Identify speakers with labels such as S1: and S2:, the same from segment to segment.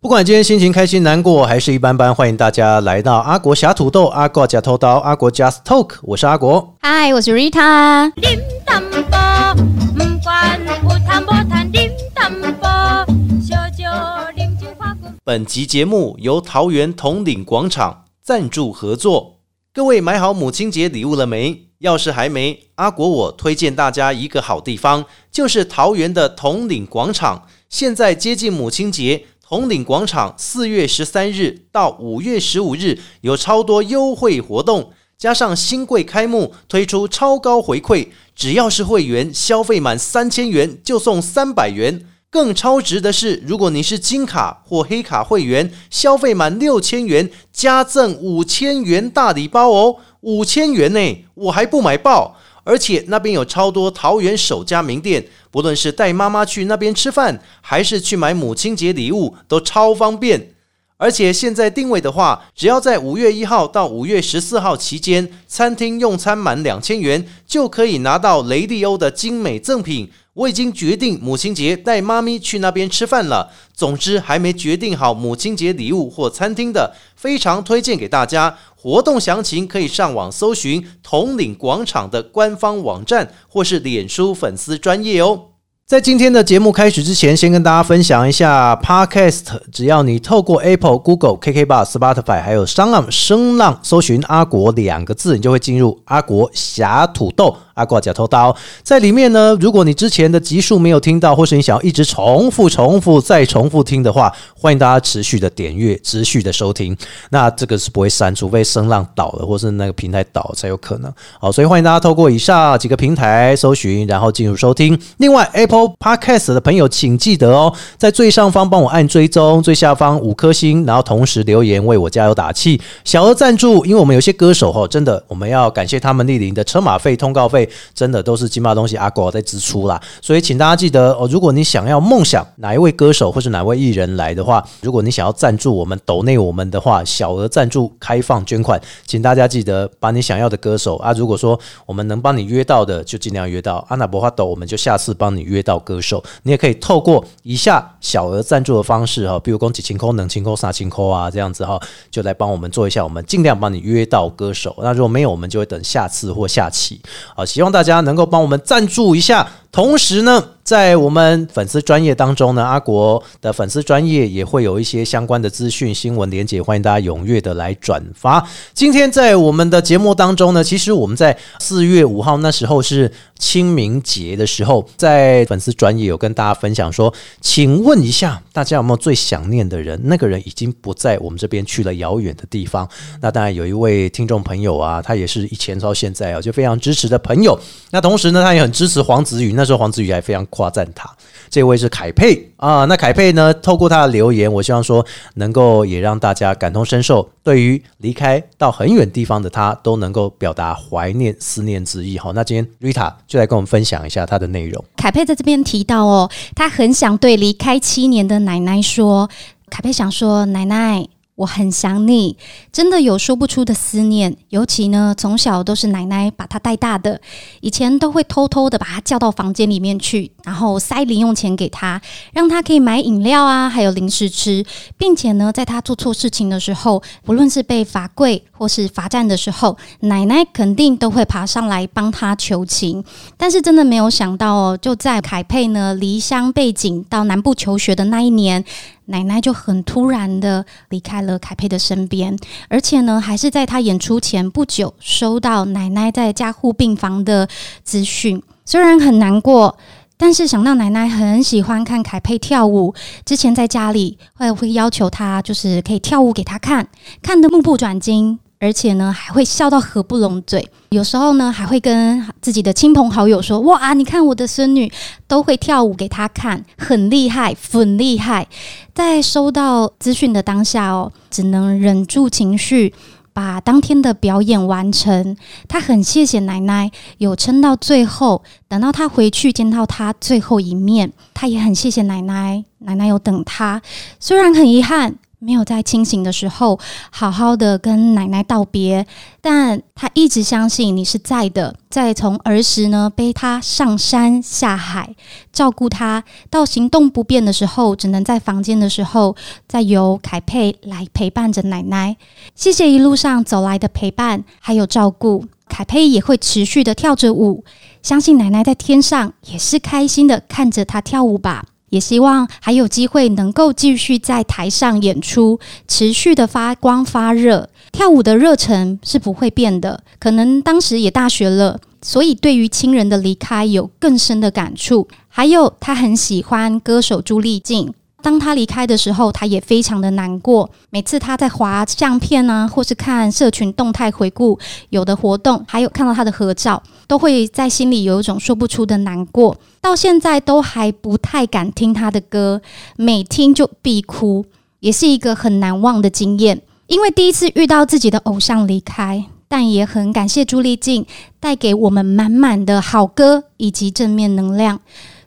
S1: 不管今天心情开心、难过还是一般般，欢迎大家来到阿国侠土豆、阿国假偷刀、阿国 Just Talk，我是阿国。
S2: 嗨，我是 Rita。
S3: điểm tâm bò mâm quan u tham bò than điểm tâm bò cho cho điểm chữ khoa cùng
S1: 本集节目由桃园统领广场赞助合作。各位买好母亲节礼物了没？要是还没，阿国我推荐大家一个好地方，就是桃园的统领广场。现在接近母亲节，统领广场四月十三日到五月十五日有超多优惠活动，加上新柜开幕推出超高回馈，只要是会员消费满三千元就送三百元。更超值的是，如果你是金卡或黑卡会员，消费满六千元加赠五千元大礼包哦，五千元呢，我还不买爆！而且那边有超多桃园首家名店，不论是带妈妈去那边吃饭，还是去买母亲节礼物，都超方便。而且现在定位的话，只要在五月一号到五月十四号期间，餐厅用餐满两千元，就可以拿到雷利欧的精美赠品。我已经决定母亲节带妈咪去那边吃饭了。总之，还没决定好母亲节礼物或餐厅的，非常推荐给大家。活动详情可以上网搜寻统领广场的官方网站或是脸书粉丝专业哦。在今天的节目开始之前，先跟大家分享一下 Podcast。只要你透过 Apple、Google、KK Bar、Spotify 还有商浪声浪搜寻“阿国”两个字，你就会进入阿国侠土豆、阿国假头刀。在里面呢，如果你之前的集数没有听到，或是你想要一直重复、重复再重复听的话，欢迎大家持续的点阅、持续的收听。那这个是不会删，除非声浪倒了，或是那个平台倒了才有可能。好，所以欢迎大家透过以下几个平台搜寻，然后进入收听。另外，Apple Podcast 的朋友请记得哦，在最上方帮我按追踪，最下方五颗星，然后同时留言为我加油打气。小额赞助，因为我们有些歌手哦，真的我们要感谢他们莅临的车马费、通告费，真的都是金马东西阿狗在支出啦。所以请大家记得哦，如果你想要梦想哪一位歌手或是哪位艺人来的话，如果你想要赞助我们、抖内我们的话，小额赞助开放捐款，请大家记得把你想要的歌手啊，如果说我们能帮你约到的，就尽量约到。阿啊纳伯花斗，我们就下次帮你约到歌手。你也可以透过以下小额赞助的方式哈，比如供几千扣、能千扣、三千扣啊这样子哈，就来帮我们做一下，我们尽量帮你约到歌手。那如果没有，我们就会等下次或下期。好，啊希望大家能够帮我们赞助一下。同时呢，在我们粉丝专业当中呢，阿国的粉丝专业也会有一些相关的资讯、新闻连结，欢迎大家踊跃的来转发。今天在我们的节目当中呢，其实我们在四月五号那时候是清明节的时候，在粉丝专业有跟大家分享说，请问一下大家有没有最想念的人？那个人已经不在我们这边，去了遥远的地方。那当然有一位听众朋友啊，他也是以前到现在啊就非常支持的朋友。那同时呢，他也很支持黄子瑜，那时候黄子瑜还非常夸赞他。这位是凯佩啊，那凯佩呢，透过他的留言，我希望说能够也让大家感同身受，对于离开到很远地方的他，都能够表达怀念、思念之意。好，那今天 Rita 就来跟我们分享一下他的内容。
S2: 凯佩在这边提到哦，她很想对离开七年的奶奶说，凯佩想说，奶奶。我很想你，真的有说不出的思念。尤其呢，从小都是奶奶把她带大的，以前都会偷偷的把她叫到房间里面去，然后塞零用钱给她，让她可以买饮料啊，还有零食吃，并且呢，在她做错事情的时候，不论是被罚跪或是罚站的时候，奶奶肯定都会爬上来帮她求情。但是真的没有想到哦，就在凯佩呢离乡背井到南部求学的那一年，奶奶就很突然的离开了凯佩的身边，而且呢，还是在她演出前不久收到奶奶在加护病房的资讯，虽然很难过。但是想到奶奶很喜欢看凯佩跳舞，之前在家里会会要求她就是可以跳舞给她看，看得目不转睛，而且呢还会笑到合不拢嘴。有时候呢还会跟自己的亲朋好友说：“哇，你看我的孙女都会跳舞给她看，很厉害，很厉害。”在收到资讯的当下哦，只能忍住情绪。把当天的表演完成，她很谢谢奶奶有撑到最后，等到她回去见到她最后一面，她也很谢谢奶奶，奶奶有等她。虽然很遗憾，没有在清醒的时候好好的跟奶奶道别，但他一直相信你是在的。在从儿时呢背他上山下海，照顾他到行动不便的时候，只能在房间的时候，再由凯佩来陪伴着奶奶。谢谢一路上走来的陪伴还有照顾，凯佩也会持续的跳着舞，相信奶奶在天上也是开心的看着他跳舞吧。也希望还有机会能够继续在台上演出，持续的发光发热。跳舞的热忱是不会变的，可能当时也大学了，所以对于亲人的离开有更深的感触。还有，他很喜欢歌手朱丽静。当他离开的时候，他也非常的难过。每次他在划相片啊，或是看社群动态回顾有的活动，还有看到他的合照，都会在心里有一种说不出的难过。到现在都还不太敢听他的歌，每听就必哭，也是一个很难忘的经验。因为第一次遇到自己的偶像离开，但也很感谢朱丽静带给我们满满的好歌以及正面能量。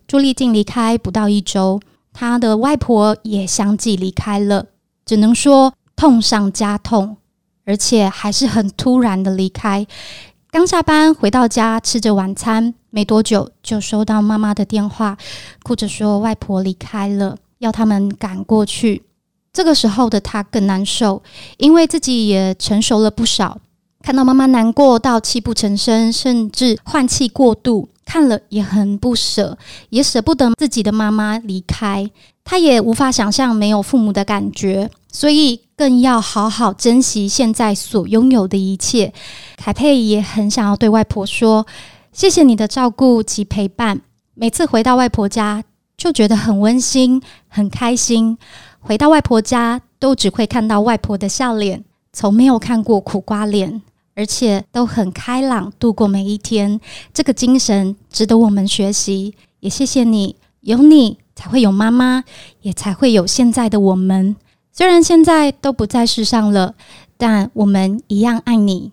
S2: 朱丽静离开不到一周，她的外婆也相继离开了，只能说痛上加痛，而且还是很突然的离开。刚下班回到家，吃着晚餐，没多久就收到妈妈的电话，哭着说外婆离开了，要他们赶过去。这个时候的她更难受，因为自己也成熟了不少，看到妈妈难过到泣不成声，甚至换气过度，看了也很不舍，也舍不得自己的妈妈离开。她也无法想象没有父母的感觉，所以更要好好珍惜现在所拥有的一切。凯佩也很想要对外婆说：“谢谢你的照顾及陪伴。”每次回到外婆家，就觉得很温馨，很开心。回到外婆家，都只会看到外婆的笑脸，从没有看过苦瓜脸，而且都很开朗度过每一天。这个精神值得我们学习，也谢谢你，有你才会有妈妈，也才会有现在的我们。虽然现在都不在世上了，但我们一样爱你。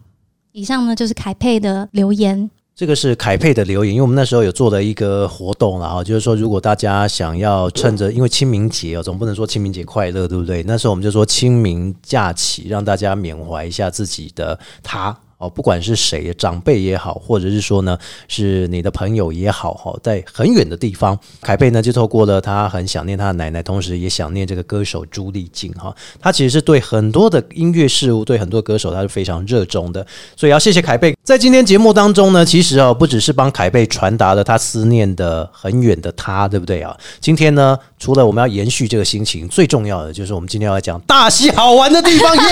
S2: 以上呢就是凯佩的留言。
S1: 这个是凯佩的留言，因为我们那时候有做了一个活动啦，然后就是说，如果大家想要趁着，因为清明节哦，总不能说清明节快乐，对不对？那时候我们就说清明假期，让大家缅怀一下自己的他哦，不管是谁，长辈也好，或者是说呢，是你的朋友也好，哈，在很远的地方，凯佩呢就透过了他很想念他的奶奶，同时也想念这个歌手朱丽静哈，他其实是对很多的音乐事物，对很多歌手他是非常热衷的，所以要谢谢凯贝。在今天节目当中呢，其实哦，不只是帮凯贝传达了他思念的很远的他，对不对啊？今天呢，除了我们要延续这个心情，最重要的就是我们今天要来讲大溪好玩的地方耶！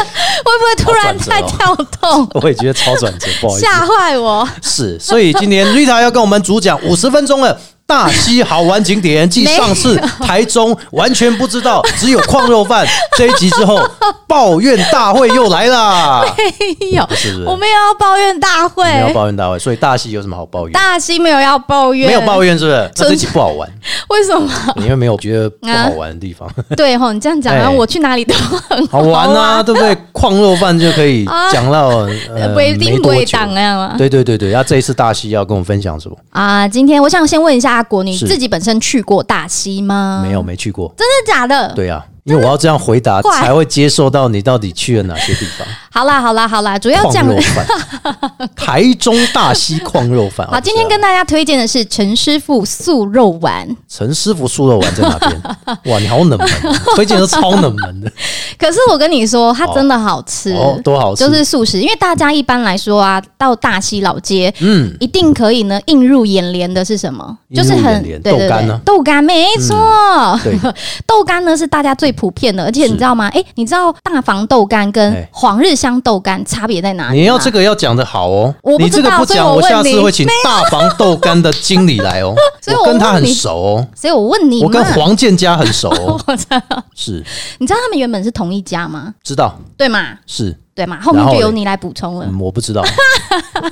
S2: 会不会突然
S1: 哦
S2: 太跳动，
S1: 我也觉得超转折，不好意思，
S2: 吓坏我？
S1: 是。所以今天 Rita 要跟我们主讲五十分钟了。大溪好玩景点，继上次台中完全不知 道，只有矿肉饭这一集之后，抱怨大会又来啦。
S2: 没有，
S1: 是不是？
S2: 我们也要抱怨大会。
S1: 没有抱怨大会，所以大戏有什么好抱怨？
S2: 大西没有要抱怨，
S1: 没有 抱怨是不是？那
S2: 真的
S1: 这集不好 玩，
S2: 为什么？
S1: 你又没有觉得不好玩的地方，
S2: 对吼，你这样讲，
S1: 哎
S2: 然后我去哪里都很
S1: 好玩啊，对不对？矿肉饭就可以讲到 呃
S2: 违
S1: 没
S2: 定
S1: 多
S2: 违
S1: 久。
S2: 档那样啊。
S1: 对对对对，那这一次大戏要跟我们分享什么？
S2: 啊，今天我想先问一下阿国，你
S1: 是
S2: 自己本身去过大溪吗？
S1: 没有，，没去过。
S2: 嗯真的假的？
S1: 对啊，因为我要这样回答，
S2: 怪
S1: 才会接受到你到底去了哪些地 方。
S2: 好啦，好啦，好啦，主要这样
S1: 矿。肉饭， 台中大溪矿肉饭。
S2: 好，
S1: 哦
S2: 今天
S1: 不是
S2: 跟
S1: 啊
S2: 大家推荐的是陈师傅素肉丸，
S1: 陈师傅酥肉丸在哪 边？哇，你好冷门哦，推荐都超冷门的。
S2: 可是我跟你说，它真的好吃，
S1: 哦，多好吃！
S2: 就是素食。因为大家一般来说啊，到大溪老街，
S1: 嗯，
S2: 一定可以呢映入眼帘的是什么？
S1: 映
S2: 就
S1: 入
S2: 是很
S1: 眼帘
S2: 对
S1: 豆
S2: 对
S1: 干啊
S2: 对
S1: 呢，
S2: 豆干没错。
S1: 对，
S2: 豆干呢是大家最普遍的，而且你
S1: 是
S2: 知道吗？哎、你知道大房豆干跟
S1: 哎
S2: 黄日香豆干差别在哪里吗？
S1: 你要这个要讲的好哦，
S2: 我不
S1: 你这个
S2: 知道
S1: 不
S2: 所以
S1: 讲，
S2: 我
S1: 我
S2: 问
S1: 下
S2: 你
S1: 次会请大房豆干的经理来哦。
S2: 所以我
S1: 跟他
S2: 问
S1: 很
S2: 你
S1: 熟哦，
S2: 所以我问你嘛，
S1: 我跟黄建家很熟哦，
S2: 我知道，
S1: 是
S2: 你知道他们原本是同一家吗？
S1: 知道
S2: 对嘛？
S1: 是，
S2: 对嘛？后面
S1: 然后
S2: 就由
S1: 嘞
S2: 你来补充了。
S1: 嗯，我不知道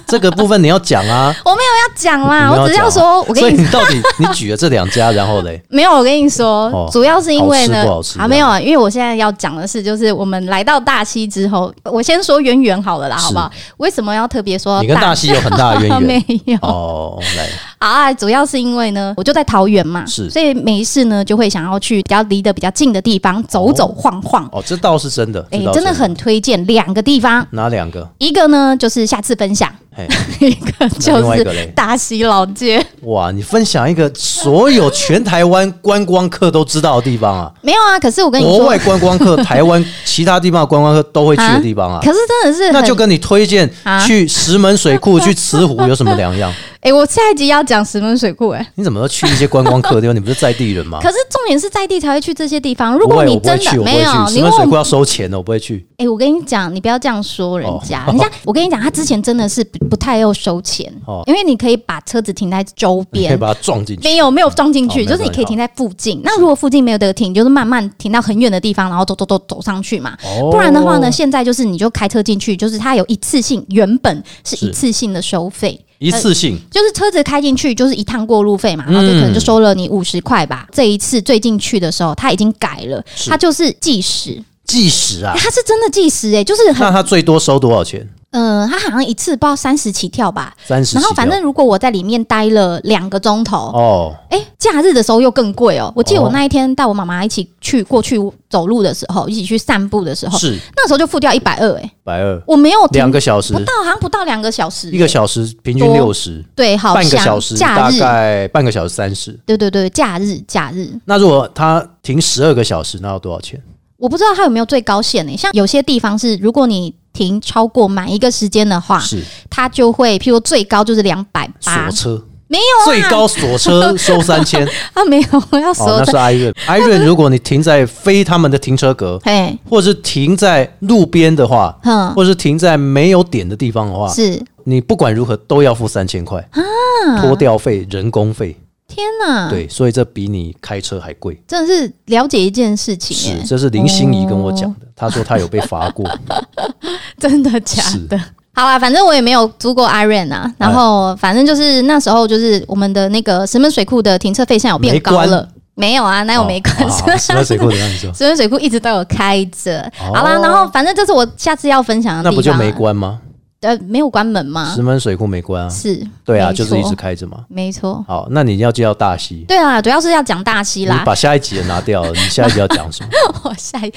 S1: 这个部分你要讲啊，
S2: 我没有要讲
S1: 你
S2: 啦，
S1: 没有
S2: 我只是要
S1: 讲啊
S2: 说，我
S1: 所以
S2: 跟你
S1: 你到底你举了这两家，然后 嘞，
S2: 没有，我跟你说，
S1: 哦
S2: 主要是因为
S1: 好吃
S2: 呢
S1: 不好吃
S2: 啊，没有，啊，因为我现在要讲的是，就是我们来到大溪之后，我先说渊源好了啦，
S1: 是
S2: 好不好？为什么要特别说
S1: 啊 你跟大西有很大的渊
S2: 没
S1: 源
S2: 有？
S1: 哦，来
S2: 啊，主要是因为呢，我就在桃园嘛，
S1: 是
S2: 所以没事呢就会想要去比较离得比较近的地方走走晃晃。
S1: 哦，这倒是真的，
S2: 哎、
S1: 这倒是
S2: 真的很推荐两个地方，
S1: 哪两个？
S2: 一个呢就是下次分享，
S1: 嘿，
S2: 一个
S1: 那另
S2: 就
S1: 外一个
S2: 是
S1: 嘞
S2: 大溪老街。
S1: 哇，你分享一个所有全台湾观光客都知道的地方 啊，
S2: 没有啊，可是我跟你
S1: 国
S2: 说
S1: 外观光客、台湾其他地方的观光客都会去的地方啊。
S2: 可是真的是
S1: 那
S2: 很
S1: 就跟你推荐
S2: 啊
S1: 去石门水库、去慈湖有什么两样？
S2: 哎、我下一集要讲石门水库哎、
S1: 你怎么都去一些观光客的地方？你不是在地人吗？
S2: 可是重点是在地才会去这些地方。如
S1: 不
S2: 果
S1: 会，
S2: 你
S1: 我不
S2: 真
S1: 会去，啊
S2: 的
S1: 我不
S2: 没
S1: 会
S2: 有，
S1: 去。
S2: 你
S1: 石
S2: 问
S1: 门水库
S2: 我，
S1: 要收钱的，我不会 去。
S2: 哎、我跟你讲，你不要这样说人家，
S1: 哦
S2: 人家我跟你讲，他之前真的是不不太要收钱，
S1: 哦
S2: 因为你可以把车子停在周
S1: 你可以
S2: 边。
S1: 把它撞进去。
S2: 没有没有装进
S1: 哦
S2: 去，
S1: 没有
S2: 就是你可以停在附近。那如果附近没有得停，就是慢慢停到很远的地方，然后走走走走上去嘛。
S1: 哦
S2: 不然的话呢，现在就是你就开车进去，就是它有一次性，原本是
S1: 是
S2: 一次性的收费，
S1: 一次性
S2: 就是车子开进去就是一趟过路费嘛，
S1: 嗯
S2: 然后就可能就收了你五十块吧。这一次最近去的时候，它已经改了，
S1: 是
S2: 它就是计时，哎
S1: 计时啊
S2: 它，是真的计时诶、就是
S1: 那
S2: 很
S1: 他最多收多少钱？
S2: 呃，它好像一次不知道三十起跳吧。
S1: 三十。
S2: 然后反正如果我在里面待了两个钟头，
S1: 哦，
S2: 哎、假日的时候又更贵哦。我记得
S1: 哦
S2: 我那一天带我妈妈一起去过去走路的时候，一起去散步的时候，
S1: 是
S2: 那时候就付掉一百二哎，
S1: 百二，
S2: 我没有停
S1: 两个小时
S2: 不，到，好像不到两个小时欸，
S1: 一个小时平均
S2: 多
S1: 六十，
S2: 对，好像
S1: 半个小时
S2: 假
S1: 大
S2: 日。
S1: 概半个小时三十。
S2: 对对对，假日假日，
S1: 那如果他停十二个小时，那要多少钱？
S2: 我不知道它有没有最高限呢、像有些地方是，如果你停超过满一个时间的话，
S1: 是
S2: 它就会，譬如最高就是两百八
S1: 锁，车，
S2: 没有
S1: 最高锁车 收三千。
S2: 啊，没有，我要
S1: 哦，
S2: 说
S1: 那
S2: 的，
S1: 是 i r o n i r o n 如果你停在非他们的停车格，
S2: 嘿，
S1: 或者是停在路边的话，
S2: 哼，
S1: 或者是停在没有点的地方的话，
S2: 嗯是，
S1: 你不管如何都要付三千块啊，拖吊费、人工费，
S2: 天哪，
S1: 对，所以这比你开车还贵。
S2: 真的是了解一件事情、
S1: 是，
S2: 欸，
S1: 这是林心怡跟我讲
S2: 哦
S1: 的，她说她有被罚 过，
S2: 真的假
S1: 是哎
S2: 的？好啊，反正我也没有租过 Iron 啊，然后反正就是那时候就是我们的那个石门水库的停车费现在有变
S1: 没
S2: 高
S1: 关
S2: 了，没有啊，哪有没关
S1: 哦好好好石门水库的样子。
S2: 石门水库一直都有开着，
S1: 哦
S2: 好啦，然后反正这是我下次要分享的
S1: 那
S2: 地
S1: 不
S2: 方
S1: 就
S2: 啊、
S1: 没关吗？
S2: 呃，没有关门吗
S1: 石？门水库没关啊，
S2: 是，
S1: 对啊，
S2: 没
S1: 就是一
S2: 错
S1: 直开着嘛。
S2: 没错。
S1: 好，那你要介绍大溪，
S2: 对啊，主要是要讲大溪
S1: 你
S2: 啦。
S1: 把下一集也拿掉了，你下一集要讲 什么？
S2: 我下一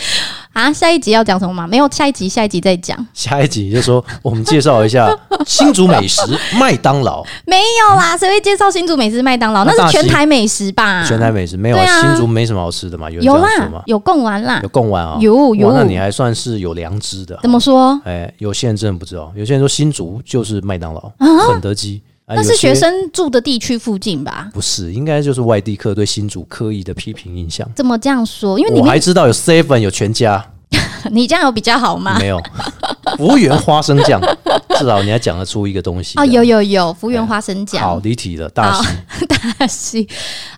S2: 啊，下一集要讲什么吗？没有，下一集下一集再讲。
S1: 下一集你就说我们介绍一 下新竹美食麦当劳，
S2: 没有啦，谁会介绍新竹美食麦当
S1: 嗯
S2: 劳？
S1: 那
S2: 那
S1: 大
S2: 是
S1: 溪
S2: 全台美食吧？
S1: 全台美食没有啊，
S2: 对啊
S1: 新竹没什么好吃的嘛，有人这
S2: 有
S1: 样说
S2: 啦
S1: 吗，？
S2: 有贡丸啦
S1: 有。贡丸啊，
S2: 有
S1: 哇
S2: 有嗯
S1: 那你还算是有良知的啊。
S2: 怎么说？
S1: 哎，有些人真的不知道，有些人说新竹就是麦当劳、肯德基，啊
S2: 那
S1: 有
S2: 是
S1: 些
S2: 学生住的地区附近吧？
S1: 不是，应该就是外地客对新竹刻意的批评印象。
S2: 怎么这样说？因为里
S1: 我
S2: 面
S1: 还知道有 seven 有全家，
S2: 你这样有比较好吗？
S1: 没有服务员花生酱，至少你还讲得出一个东西
S2: 哦，
S1: 的
S2: 有有有，福源花生酱。
S1: 好离题了，大
S2: 好
S1: 西
S2: 大溪，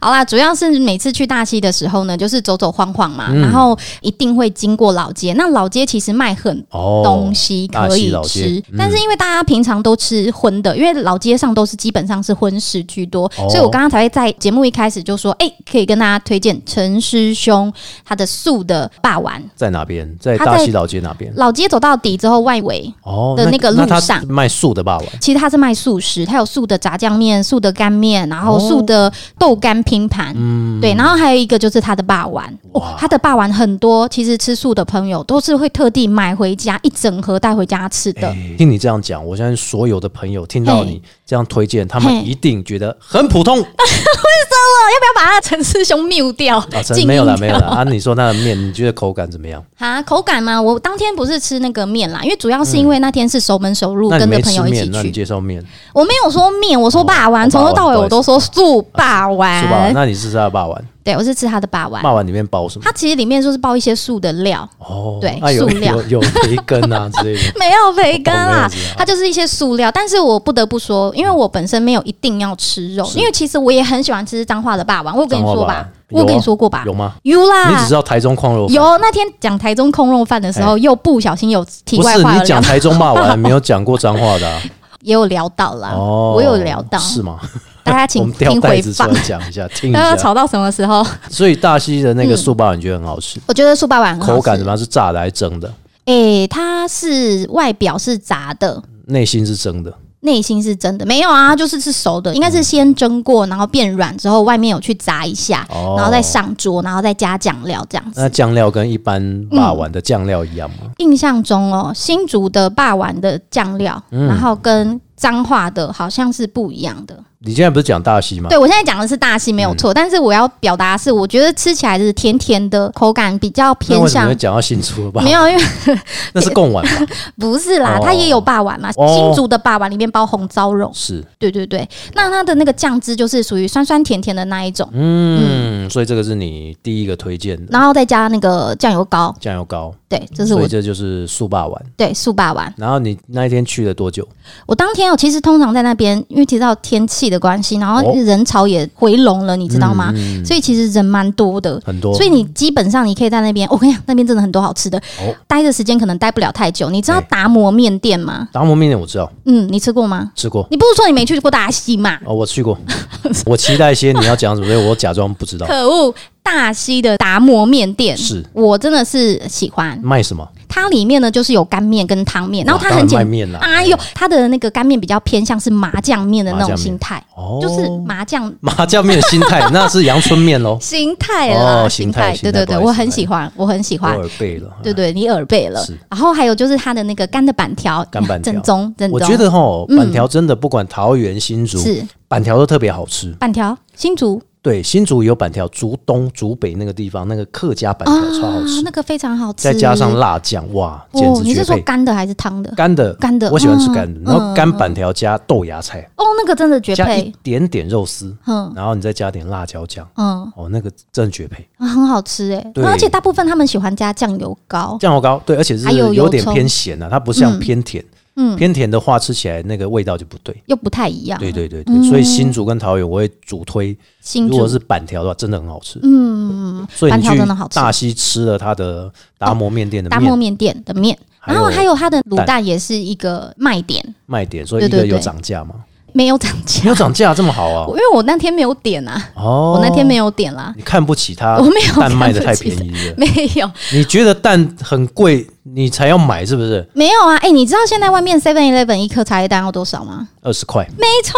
S2: 好啦，主要是每次去大溪的时候呢，就是走走晃晃嘛，
S1: 嗯
S2: 然后一定会经过老街。那老街其实卖很
S1: 哦，
S2: 东西可
S1: 大
S2: 以
S1: 溪老
S2: 吃
S1: 街，嗯
S2: 但是因为大家平常都吃荤的，因为老街上都是基本上是荤食居多，
S1: 哦
S2: 所以我刚刚才会在节目一开始就说，哎、可以跟大家推荐陈师兄他的素的霸丸。
S1: 在哪边？在
S2: 他
S1: 大
S2: 在
S1: 溪老街那边
S2: 老街走到底之后，外围
S1: 哦
S2: 的那个路
S1: 他
S2: 上
S1: 卖素的霸王
S2: 其实它是卖素食，它有素的炸酱面、素的干面，然后
S1: 哦嗯
S2: 素的豆干拼盘，对，然后还有一个就是它的霸丸，哦，它的霸丸很多，其实吃素的朋友都是会特地买回家一整盒带回家吃的。
S1: 哎听你这样讲，我相信所有的朋友听到你这样推荐，他
S2: 嘿
S1: 们一定觉得很普 通。
S2: 要把它的陈师兄 mute 掉
S1: 啊，，
S2: 静
S1: 真
S2: 音
S1: 没有啦，
S2: 掉
S1: 没有啦。啊，你说那个面，你觉得口感怎么样？
S2: 啊，口感嘛，我当天不是吃那个面啦，因为主要是因为那天是熟门熟路，
S1: 那你
S2: 跟着
S1: 没
S2: 朋
S1: 吃
S2: 友一
S1: 面
S2: 起，
S1: 那你
S2: 去。
S1: 介绍面
S2: 我没有说面，我说霸
S1: 哦
S2: 丸，从头到尾我都说素霸
S1: 是吧？
S2: 丸。
S1: 那你是吃它的啊霸丸，
S2: 对，我是吃它的霸丸，
S1: 霸丸里面包什么？
S2: 它其实里面就是包一些素的料，
S1: 哦，
S2: 对
S1: 啊有
S2: 塑料
S1: 有有培根 啊之类的。
S2: 没有培根
S1: 哦没有
S2: 啦
S1: 培根啊，
S2: 它就是一些塑料。但是我不得不说，因为我本身没有一定要吃肉，因为其实我也很喜欢吃彰化的霸王。我有跟你说
S1: 彰化霸
S2: 吧
S1: 王，
S2: 我有跟
S1: 有
S2: 你
S1: 啊
S2: 说过吧，
S1: 有吗？
S2: 有
S1: 你只
S2: 啦
S1: 知。道台中矿肉饭，
S2: 啊有那天讲台中空肉饭的时候，又不小心有题
S1: 哎不
S2: 外
S1: 是
S2: 话有
S1: 你
S2: 聊
S1: 讲，台中霸 丸，没有讲过脏话的啊。
S2: 也有聊到啦，
S1: 哦，
S2: 啊我有聊到，
S1: 是吗？
S2: 大家
S1: 我
S2: 请
S1: 们掉
S2: 听
S1: 袋
S2: 回
S1: 子出
S2: 放。 啊
S1: 来讲一下，听一
S2: 大家
S1: 下。
S2: 吵到什么时候？
S1: 所以大溪的那个素霸丸你觉得很好吃，
S2: 我觉得素霸嗯丸很好吃
S1: 口感怎么？样？是炸的还是蒸的？
S2: 诶、它是外表是炸的，
S1: 内心是蒸的，
S2: 内心是真的没有
S1: 嗯
S2: 啊，就是是熟的，应该是先蒸过，然后变软之后，外面有去炸一下，
S1: 哦
S2: 然后再上桌，然后再加酱料这样子。
S1: 那酱料跟一般霸碗的酱料一样吗？
S2: 印象中哦，新竹的霸王的酱料，
S1: 嗯
S2: 然后跟彰化的好像是不一样的。
S1: 你现在不是讲大溪吗？
S2: 对我现在讲的是大溪没有
S1: 嗯
S2: 错，但是我要表达的是，我觉得吃起来是甜甜的，口感比较
S1: 那
S2: 偏
S1: 为什么
S2: 向
S1: 会。讲到新竹的霸
S2: 没
S1: 碗？
S2: 有，因为
S1: 那是贡碗吧？
S2: 不是啦，
S1: 哦
S2: 它也有霸王嘛。
S1: 哦
S2: 新竹的霸王里面包红糟肉，
S1: 是，
S2: 对对对。那它的那个酱汁就是属于酸酸甜甜的那一种，
S1: 嗯，所以这个是你第一个推荐的
S2: 然后再加那个酱油膏，
S1: 酱油膏，
S2: 对，这是
S1: 所以
S2: 我
S1: 这就是素霸碗。
S2: 对素霸王。
S1: 然后你那一天去了多久？
S2: 我当天哦，其实通常在那边，因为提到天气的关系，然后
S1: 哦
S2: 人潮也回笼了，你知道吗？
S1: 嗯
S2: 所以其实人蛮多的。
S1: 很多，
S2: 所以你基本上你可以在那边，我跟你讲，那边真的很多好吃的，
S1: 哦
S2: 待的时间可能待不了太久。你知道
S1: 哎
S2: 达摩面店吗？
S1: 达摩面点我知道
S2: 嗯，你吃过吗？
S1: 吃过
S2: 你不是说你没去过大溪嘛？
S1: 哦，我去 过。我期待一些你要讲什么，所以我假装不知道。
S2: 可恶，大溪的达摩面店
S1: 是
S2: 我真的是喜欢，
S1: 卖什么？
S2: 它里面呢就是有干面跟汤面，然后
S1: 哇
S2: 它
S1: 当
S2: 很
S1: 卖
S2: 简，
S1: 面啦。
S2: 哎呦，它的那个干面比较偏向是麻酱面的那
S1: 麻
S2: 种
S1: 酱面
S2: 形态，
S1: 哦，
S2: 啊就是麻酱
S1: 麻酱面的心 态，那是阳春面喽。
S2: 形态啦，
S1: 哦
S2: 形
S1: 形态
S2: 对
S1: 形态
S2: 对对，
S1: 不好意思
S2: 我很喜欢，我很喜
S1: 我
S2: 欢，
S1: 耳背了。
S2: 对对，你耳背了
S1: 是。
S2: 然后还有就是它的那个干的板条，
S1: 干板条
S2: 正宗正宗，
S1: 我觉得哈，
S2: 嗯
S1: 板条真的不管桃园、新竹，
S2: 是
S1: 板条都特别好吃。
S2: 板条新竹
S1: 对，新竹有板条，竹东、竹北那个地方那个客家板条超好吃，
S2: 啊那个非常好吃，
S1: 再加上辣酱，哇，简
S2: 哦，
S1: 直
S2: 你
S1: 绝
S2: 是说
S1: 配。
S2: 干的还是汤的？
S1: 干的，
S2: 干的
S1: 我喜欢吃
S2: 嗯
S1: 干的。然后
S2: 嗯
S1: 干板条加豆芽菜，
S2: 哦，那个真的绝
S1: 加一
S2: 配，
S1: 点点肉丝，
S2: 嗯
S1: 然后你再加点辣椒酱，
S2: 嗯，
S1: 哦，那个真的绝配。
S2: 啊很好吃哎。
S1: 对
S2: 那而且大部分他们喜欢加酱油膏，
S1: 酱油膏，对，而且是
S2: 哦还有
S1: 有
S2: 油
S1: 点
S2: 葱
S1: 偏咸啊，它不像
S2: 嗯
S1: 偏甜。
S2: 嗯啊
S1: 偏甜的话，吃起来那个味道就不对。
S2: 又不太一样。
S1: 对对对对，所以新竹跟桃园我会主推，
S2: 嗯新
S1: 如果
S2: 竹
S1: 是板条的话，真的很好吃。
S2: 嗯，
S1: 所以你
S2: 板
S1: 去
S2: 条真的好吃
S1: 大溪吃了它的达摩面店的
S2: 大
S1: 面
S2: 漠面店的面，
S1: 还
S2: 然
S1: 有
S2: 后还有它的卤
S1: 蛋
S2: 蛋也是一个卖点，
S1: 卖点，所以
S2: 对
S1: 一个
S2: 对
S1: 有
S2: 对
S1: 涨价嘛，
S2: 没有涨价
S1: 没。有涨价这么好
S2: 我
S1: 啊？
S2: 因为我那天没有点啊，
S1: 哦，
S2: 我那天没有点啦，
S1: 你看不起它，
S2: 我没有
S1: 蛋
S2: 看
S1: 卖的
S2: 不
S1: 太
S2: 起
S1: 便
S2: 它
S1: 宜了，
S2: 没有
S1: 你觉得蛋很贵，你才要买是不是？
S2: 没有啊！哎、你知道现在外面 Seven Eleven 一颗茶叶蛋要多少吗？
S1: 二十块，
S2: 没错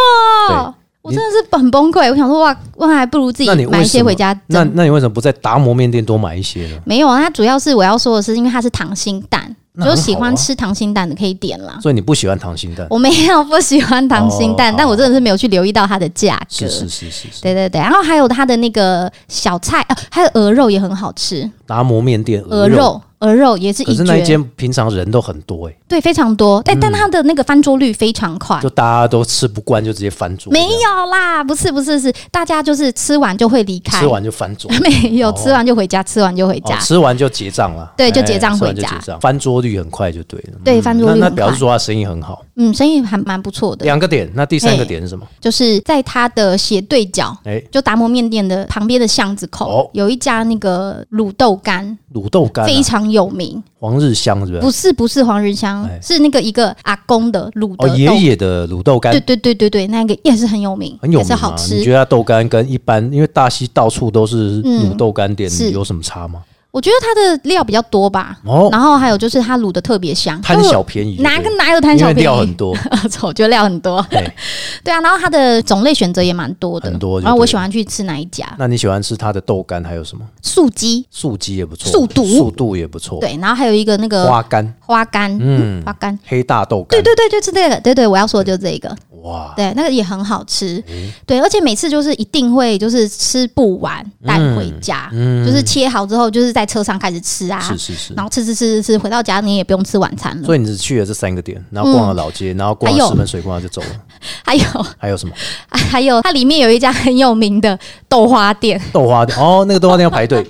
S1: 对，
S2: 我真的是很崩溃。我想说哇，哇，还不如自
S1: 那你
S2: 己
S1: 为
S2: 买一些
S1: 什么
S2: 回家
S1: 那
S2: 蒸。
S1: 那你为什么不在达摩面店多买一些呢？
S2: 没有啊，它主要是我要说的是，因为它是溏心蛋，
S1: 那很
S2: 就
S1: 好啊
S2: 喜欢吃溏心蛋的可以点啦。
S1: 所以你不喜欢溏心蛋？
S2: 啊我没有不喜欢溏心蛋，
S1: 哦
S2: 但我真的是没有去留意到它的价格。
S1: 是是是是是，
S2: 对对对，然后还有它的那个小菜，啊，还有鹅肉也很好吃，
S1: 达摩面店
S2: 鹅肉鹅肉也是
S1: 可
S2: 一
S1: 是那一
S2: 绝，
S1: 间平常人都很多哎、
S2: 对，非常多。但但它的那个翻桌率非常快，
S1: 就大家都吃不惯就直接翻桌，
S2: 啊没
S1: 这样
S2: 有啦，不是不是是，大家就是吃完就会离开，
S1: 吃完就翻桌，
S2: 没有
S1: 哦
S2: 吃完就回家，吃完就回家
S1: 哦、。吃完就结账了，
S2: 对
S1: 哎
S2: 就结账
S1: 吃完就
S2: 回家
S1: 结账，翻桌率很快就对了。
S2: 对
S1: 嗯
S2: 翻桌
S1: 那
S2: 率
S1: 那
S2: 很
S1: 表示
S2: 快
S1: 说他生意很好。
S2: 嗯，生意还蛮不错的，
S1: 两个点，那第三个
S2: 嘿
S1: 点是什么？
S2: 就是在它的斜对角，
S1: 哎、
S2: 就达摩面店的旁边的巷子口，
S1: 哦
S2: 有一家那个卤豆干，
S1: 卤豆干、
S2: 非
S1: 啊、
S2: 常有名。
S1: 黄日香是不是？
S2: 不是不是黄日香，
S1: 哎
S2: 是那个一个阿公的卤的
S1: 哦，
S2: 豆。
S1: 爷爷的卤豆干
S2: 对对对对对，那个也是很有名，
S1: 很有
S2: 也是
S1: 名
S2: 好
S1: 啊。你觉
S2: 吃。
S1: 得它豆干跟一般，因为大溪到处都是
S2: 嗯
S1: 卤豆干店，
S2: 是
S1: 有什么差吗？
S2: 我觉得它的料比较多吧，
S1: 哦，
S2: 然后还有就是它卤的特别香，
S1: 贪
S2: 就
S1: 小
S2: 是
S1: 便宜就对了，
S2: 哪个哪有贪
S1: 因
S2: 小
S1: 为
S2: 便
S1: 料
S2: 宜
S1: 很？多，
S2: 啊我觉得料很多，
S1: 对。
S2: 对啊，然后它的种类选择也蛮多的，
S1: 很多就对了
S2: 然后我喜欢去吃哪一家，
S1: 那你喜欢吃它的豆干，还有什么？
S2: 素鸡，
S1: 素鸡也不错，
S2: 素肚
S1: 素肚也不错，，
S2: 对，然后还有一个那个
S1: 花干，
S2: 花干，
S1: 嗯
S2: 花干，
S1: 黑大豆干，
S2: 对对对，就是这个，对对，我要说的就是这个，
S1: 对，哇，
S2: 对，那个也很好吃，对，而且每次就是一定会就是吃不完带回家，
S1: 嗯
S2: 就是切好之后就是在车上开始吃啊，
S1: 是是是
S2: 然。后吃吃吃吃吃，回到家你也不用吃晚餐了。
S1: 所以你只去了这三个点，然后逛了老街，然后逛
S2: 还
S1: 了
S2: 有
S1: 石门水库，然后就走了。
S2: 还有
S1: 还有什么
S2: 还有，它里面有一家很有名的豆花店，
S1: 豆花店？哦，那个豆花店要排队。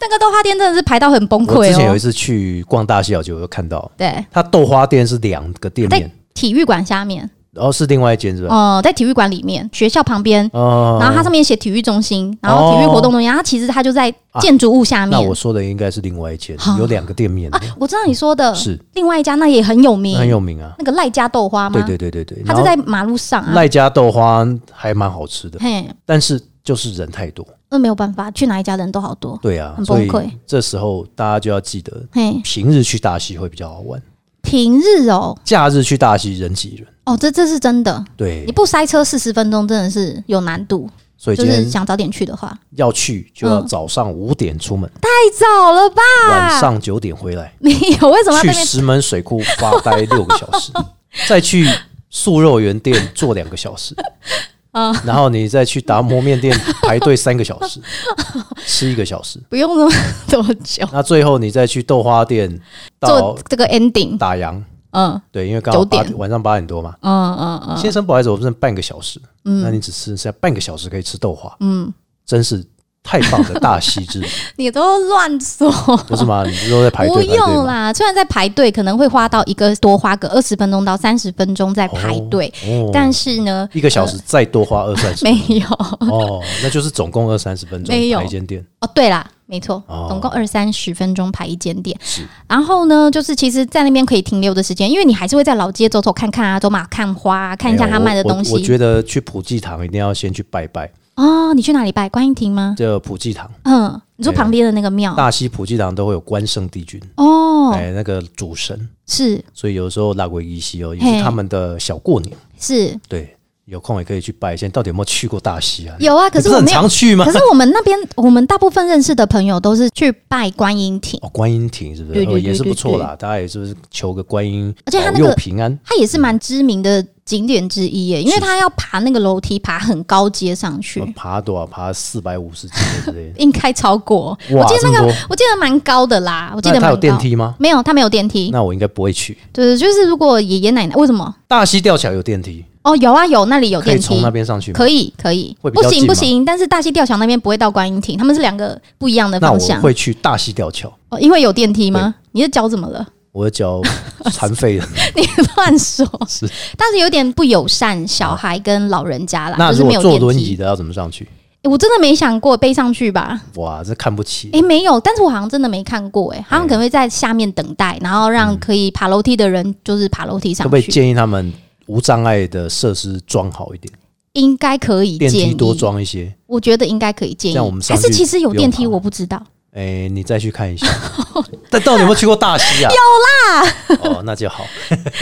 S2: 那个豆花店真的是排到 很崩
S1: 我
S2: 溃
S1: 之前有一
S2: 哦。
S1: 次去逛大溪小街，我就看到
S2: 对，
S1: 它豆花店是两个店
S2: 在
S1: 面，
S2: 体育馆下面，
S1: 然后是另外一间是吧？
S2: 哦、在体育馆里面，学校旁边，
S1: 哦
S2: 然后它上面写体育中心，然后体育活动中心，它其实它就在建筑物下面。
S1: 啊那我说的应该是另外一间
S2: 好，
S1: 有两个店面
S2: 啊，我知道你说的
S1: 是
S2: 另外一家，那也很有名，
S1: 很有名啊。
S2: 那个赖家豆花吗？
S1: 对对对对对，
S2: 它
S1: 然
S2: 就
S1: 后
S2: 在马路上啊。
S1: 赖家豆花还蛮好吃的，
S2: 嘿，
S1: 但是就是人太多。
S2: 那没有办法，去哪一家人都好多。
S1: 对啊，
S2: 很
S1: 所以
S2: 崩溃
S1: 这时候大家就要记得，
S2: 嘿，
S1: 平日去大溪会比较好玩。
S2: 平日哦，
S1: 假日去大溪人挤人，
S2: 哦，这这是真的，
S1: 对
S2: 你，不塞车四十分钟真的是有难度。
S1: 所以
S2: 就
S1: 今
S2: 是
S1: 天
S2: 想早点去的话，
S1: 要去就要
S2: 嗯
S1: 早上五点出门，
S2: 太早了吧？
S1: 晚上九点回来，
S2: 没有，为什嗯么要
S1: 去
S2: 在那边
S1: 石门水库发呆六个小 时，再去素肉圆店坐两个小时，
S2: 嗯
S1: 然后你再去达摩面店排队三个小 时，吃一个小时，
S2: 不用那么多久
S1: 那最后你再去豆花店到
S2: 做这个 ending？
S1: 打烊，
S2: 嗯
S1: 对，因为刚好
S2: 九点
S1: 八晚上八点多嘛。
S2: 嗯嗯
S1: 先生，不好意思，我们剩半个小时，那你只剩下半个小时可以吃豆花，
S2: 嗯，
S1: 真是太棒的大喜之旅，
S2: 你都乱说，
S1: 不是吗？你不是都在排队
S2: 不
S1: 排队吗
S2: 用啦。虽然在排队可能会花到一个多花个二十分钟到三十分钟在排队，
S1: 哦
S2: 但是呢，
S1: 一个小时再多花二三十，
S2: 没有
S1: 哦，那就是总共二三十分钟
S2: 没有
S1: 排一间店，
S2: 哦，对啦。没错
S1: 哦，
S2: 总共二三十分钟排一间店，然后呢，就是其实，在那边可以停留的时间，因为你还是会在老街走走看看啊，走马看花、啊，看一下
S1: 没有
S2: 他卖的
S1: 我我
S2: 东
S1: 哎我
S2: 西
S1: 觉得去普济堂一定要先去拜拜，
S2: 哦。你去哪里拜观音亭吗？
S1: 这普济堂
S2: 嗯，你说旁边的那个庙
S1: 大溪普济堂都会有关圣帝君，
S2: 哦，
S1: 哎，那个主神，
S2: 是
S1: 所以有时候拉鬼依稀哦，也
S2: 嘿
S1: 是他们的小过年，
S2: 是
S1: 对，有空也可以去拜一下。你到底有没有去过大溪啊？
S2: 有啊，
S1: 你
S2: 可是
S1: 不
S2: 我
S1: 很
S2: 没有
S1: 常去吗
S2: 可？是我们那边，我们大部分认识的朋友都是去拜观音亭，
S1: 哦，观音亭是不是？
S2: 对
S1: 哦
S2: 对对
S1: 也是不错
S2: 对
S1: 啦，大家也是不是求个观音
S2: 而且
S1: 保
S2: 它那个
S1: 佑平安？
S2: 它也是蛮知名的景点之一耶，因为
S1: 哦是
S2: 它要爬那个楼梯，爬很高阶上去
S1: 哦，爬多少？爬四百五十几之类的。
S2: 应该超过。我
S1: 哇
S2: 记得
S1: 这
S2: 那
S1: 么
S2: 个
S1: 多，
S2: 我记得蛮高的啦，我记得
S1: 那它
S2: 蛮
S1: 有
S2: 高。
S1: 电梯吗？
S2: 没有，它没有电梯。
S1: 那我应该不会去。
S2: 对，就是如果爷爷奶奶为什么？
S1: 大溪吊桥有电梯，
S2: 哦，有啊，有那里有
S1: 可以
S2: 电
S1: 从
S2: 梯
S1: 那。边上去吗？
S2: 可以可以，
S1: 会比
S2: 不
S1: 较
S2: 行
S1: 近
S2: 不
S1: 吗
S2: 行，但是大溪吊桥那边不会到观音亭，他们是两个不一样的
S1: 那
S2: 方
S1: 我
S2: 向。
S1: 会去大溪吊桥。
S2: 哦，因为有电梯吗？你的脚怎么了？
S1: 我的脚残废 了，
S2: 你乱说，
S1: 是
S2: 但是有点不友善小孩跟老人家啦，
S1: 那
S2: 啊就是
S1: 如
S2: 没
S1: 果
S2: 有
S1: 坐
S2: 电
S1: 轮椅
S2: 梯。
S1: 的要怎么上去？
S2: 诶我真的没想过背上去吧？
S1: 哇，这看不起
S2: 诶，。没有，但是我好像真的没看过、
S1: 嗯
S2: 诶，好像可能会在下面等待，然后让可以爬楼梯的人就是爬楼梯
S1: 可
S2: 上
S1: 不可以
S2: 去，
S1: 建议他们无障碍的设施装好一点，
S2: 应该可以
S1: 电
S2: 建
S1: 梯
S2: 议。
S1: 多装一些？
S2: 我觉得应该可以建
S1: 这样我
S2: 议
S1: 们，
S2: 还
S1: 上
S2: 是
S1: 去
S2: 其实有
S1: 不用
S2: 电梯，
S1: 爬
S2: 我不知道。
S1: 哎、你再去看一 下。但到底有没有去过大溪啊？有啦。哦，那就 好。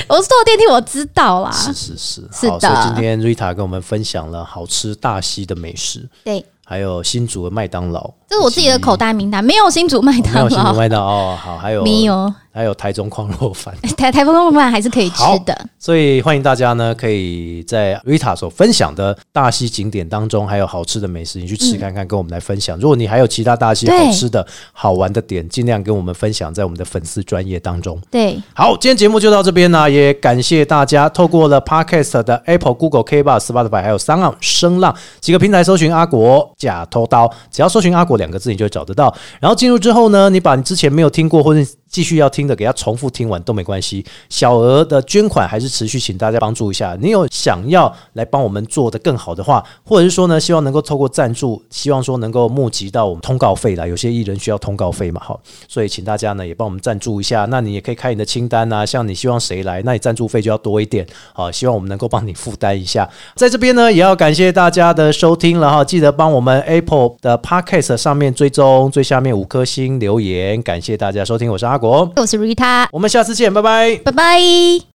S2: 我是坐电梯，我知道啦。
S1: 是是是，
S2: 是
S1: 好。
S2: 的
S1: 所以今天 Rita 跟我们分享了好吃大溪的美食，
S2: 对，
S1: 还有新竹的麦当劳。
S2: 这是我自己的口袋名单，没有新竹麦
S1: 哦。没
S2: 当
S1: 有新竹
S2: 劳，
S1: 麦当劳，哦好，还有
S2: 没有
S1: 还有台中矿肉饭。
S2: 台台风饭还是可以吃
S1: 好
S2: 的。
S1: 所以欢迎大家呢，可以在 Rita 所分享的大溪景点当中，还有好吃的美食，你去吃看看，跟我们来分享。如果你还有其他大溪
S2: 对
S1: 好吃的好玩的点，尽量跟我们分享在我们的粉丝专业当中。
S2: 对，
S1: 好，今天节目就到这边啦，也感谢大家透过了 Podcast 的 Apple、Google、K Bar、Spotify 还有三浪声浪几个平台搜寻阿国假偷刀，只要搜寻阿国两个字，你就会找得到。然后进入之后呢，你把你之前没有听过或者继续要听的，给它重复听完都没关系。小额的捐款还是持续，请大家帮助一下。你有想要来帮我们做得更好的话，或者是说呢，希望能够透过赞助，希望说能够募集到我们通告费啦。有些艺人需要通告费嘛，好，所以请大家呢也帮我们赞助一下。那你也可以开你的清单啊，像你希望谁来，那你赞助费就要多一点好，希望我们能够帮你负担一下。在这边呢，也要感谢大家的收听了哈，记得帮我们 Apple 的 Podcast 上面追踪最下面五颗星留言，感谢大家收听，我是阿国，
S2: 我是 Rita，
S1: 我们下次见，拜拜。
S2: 拜拜。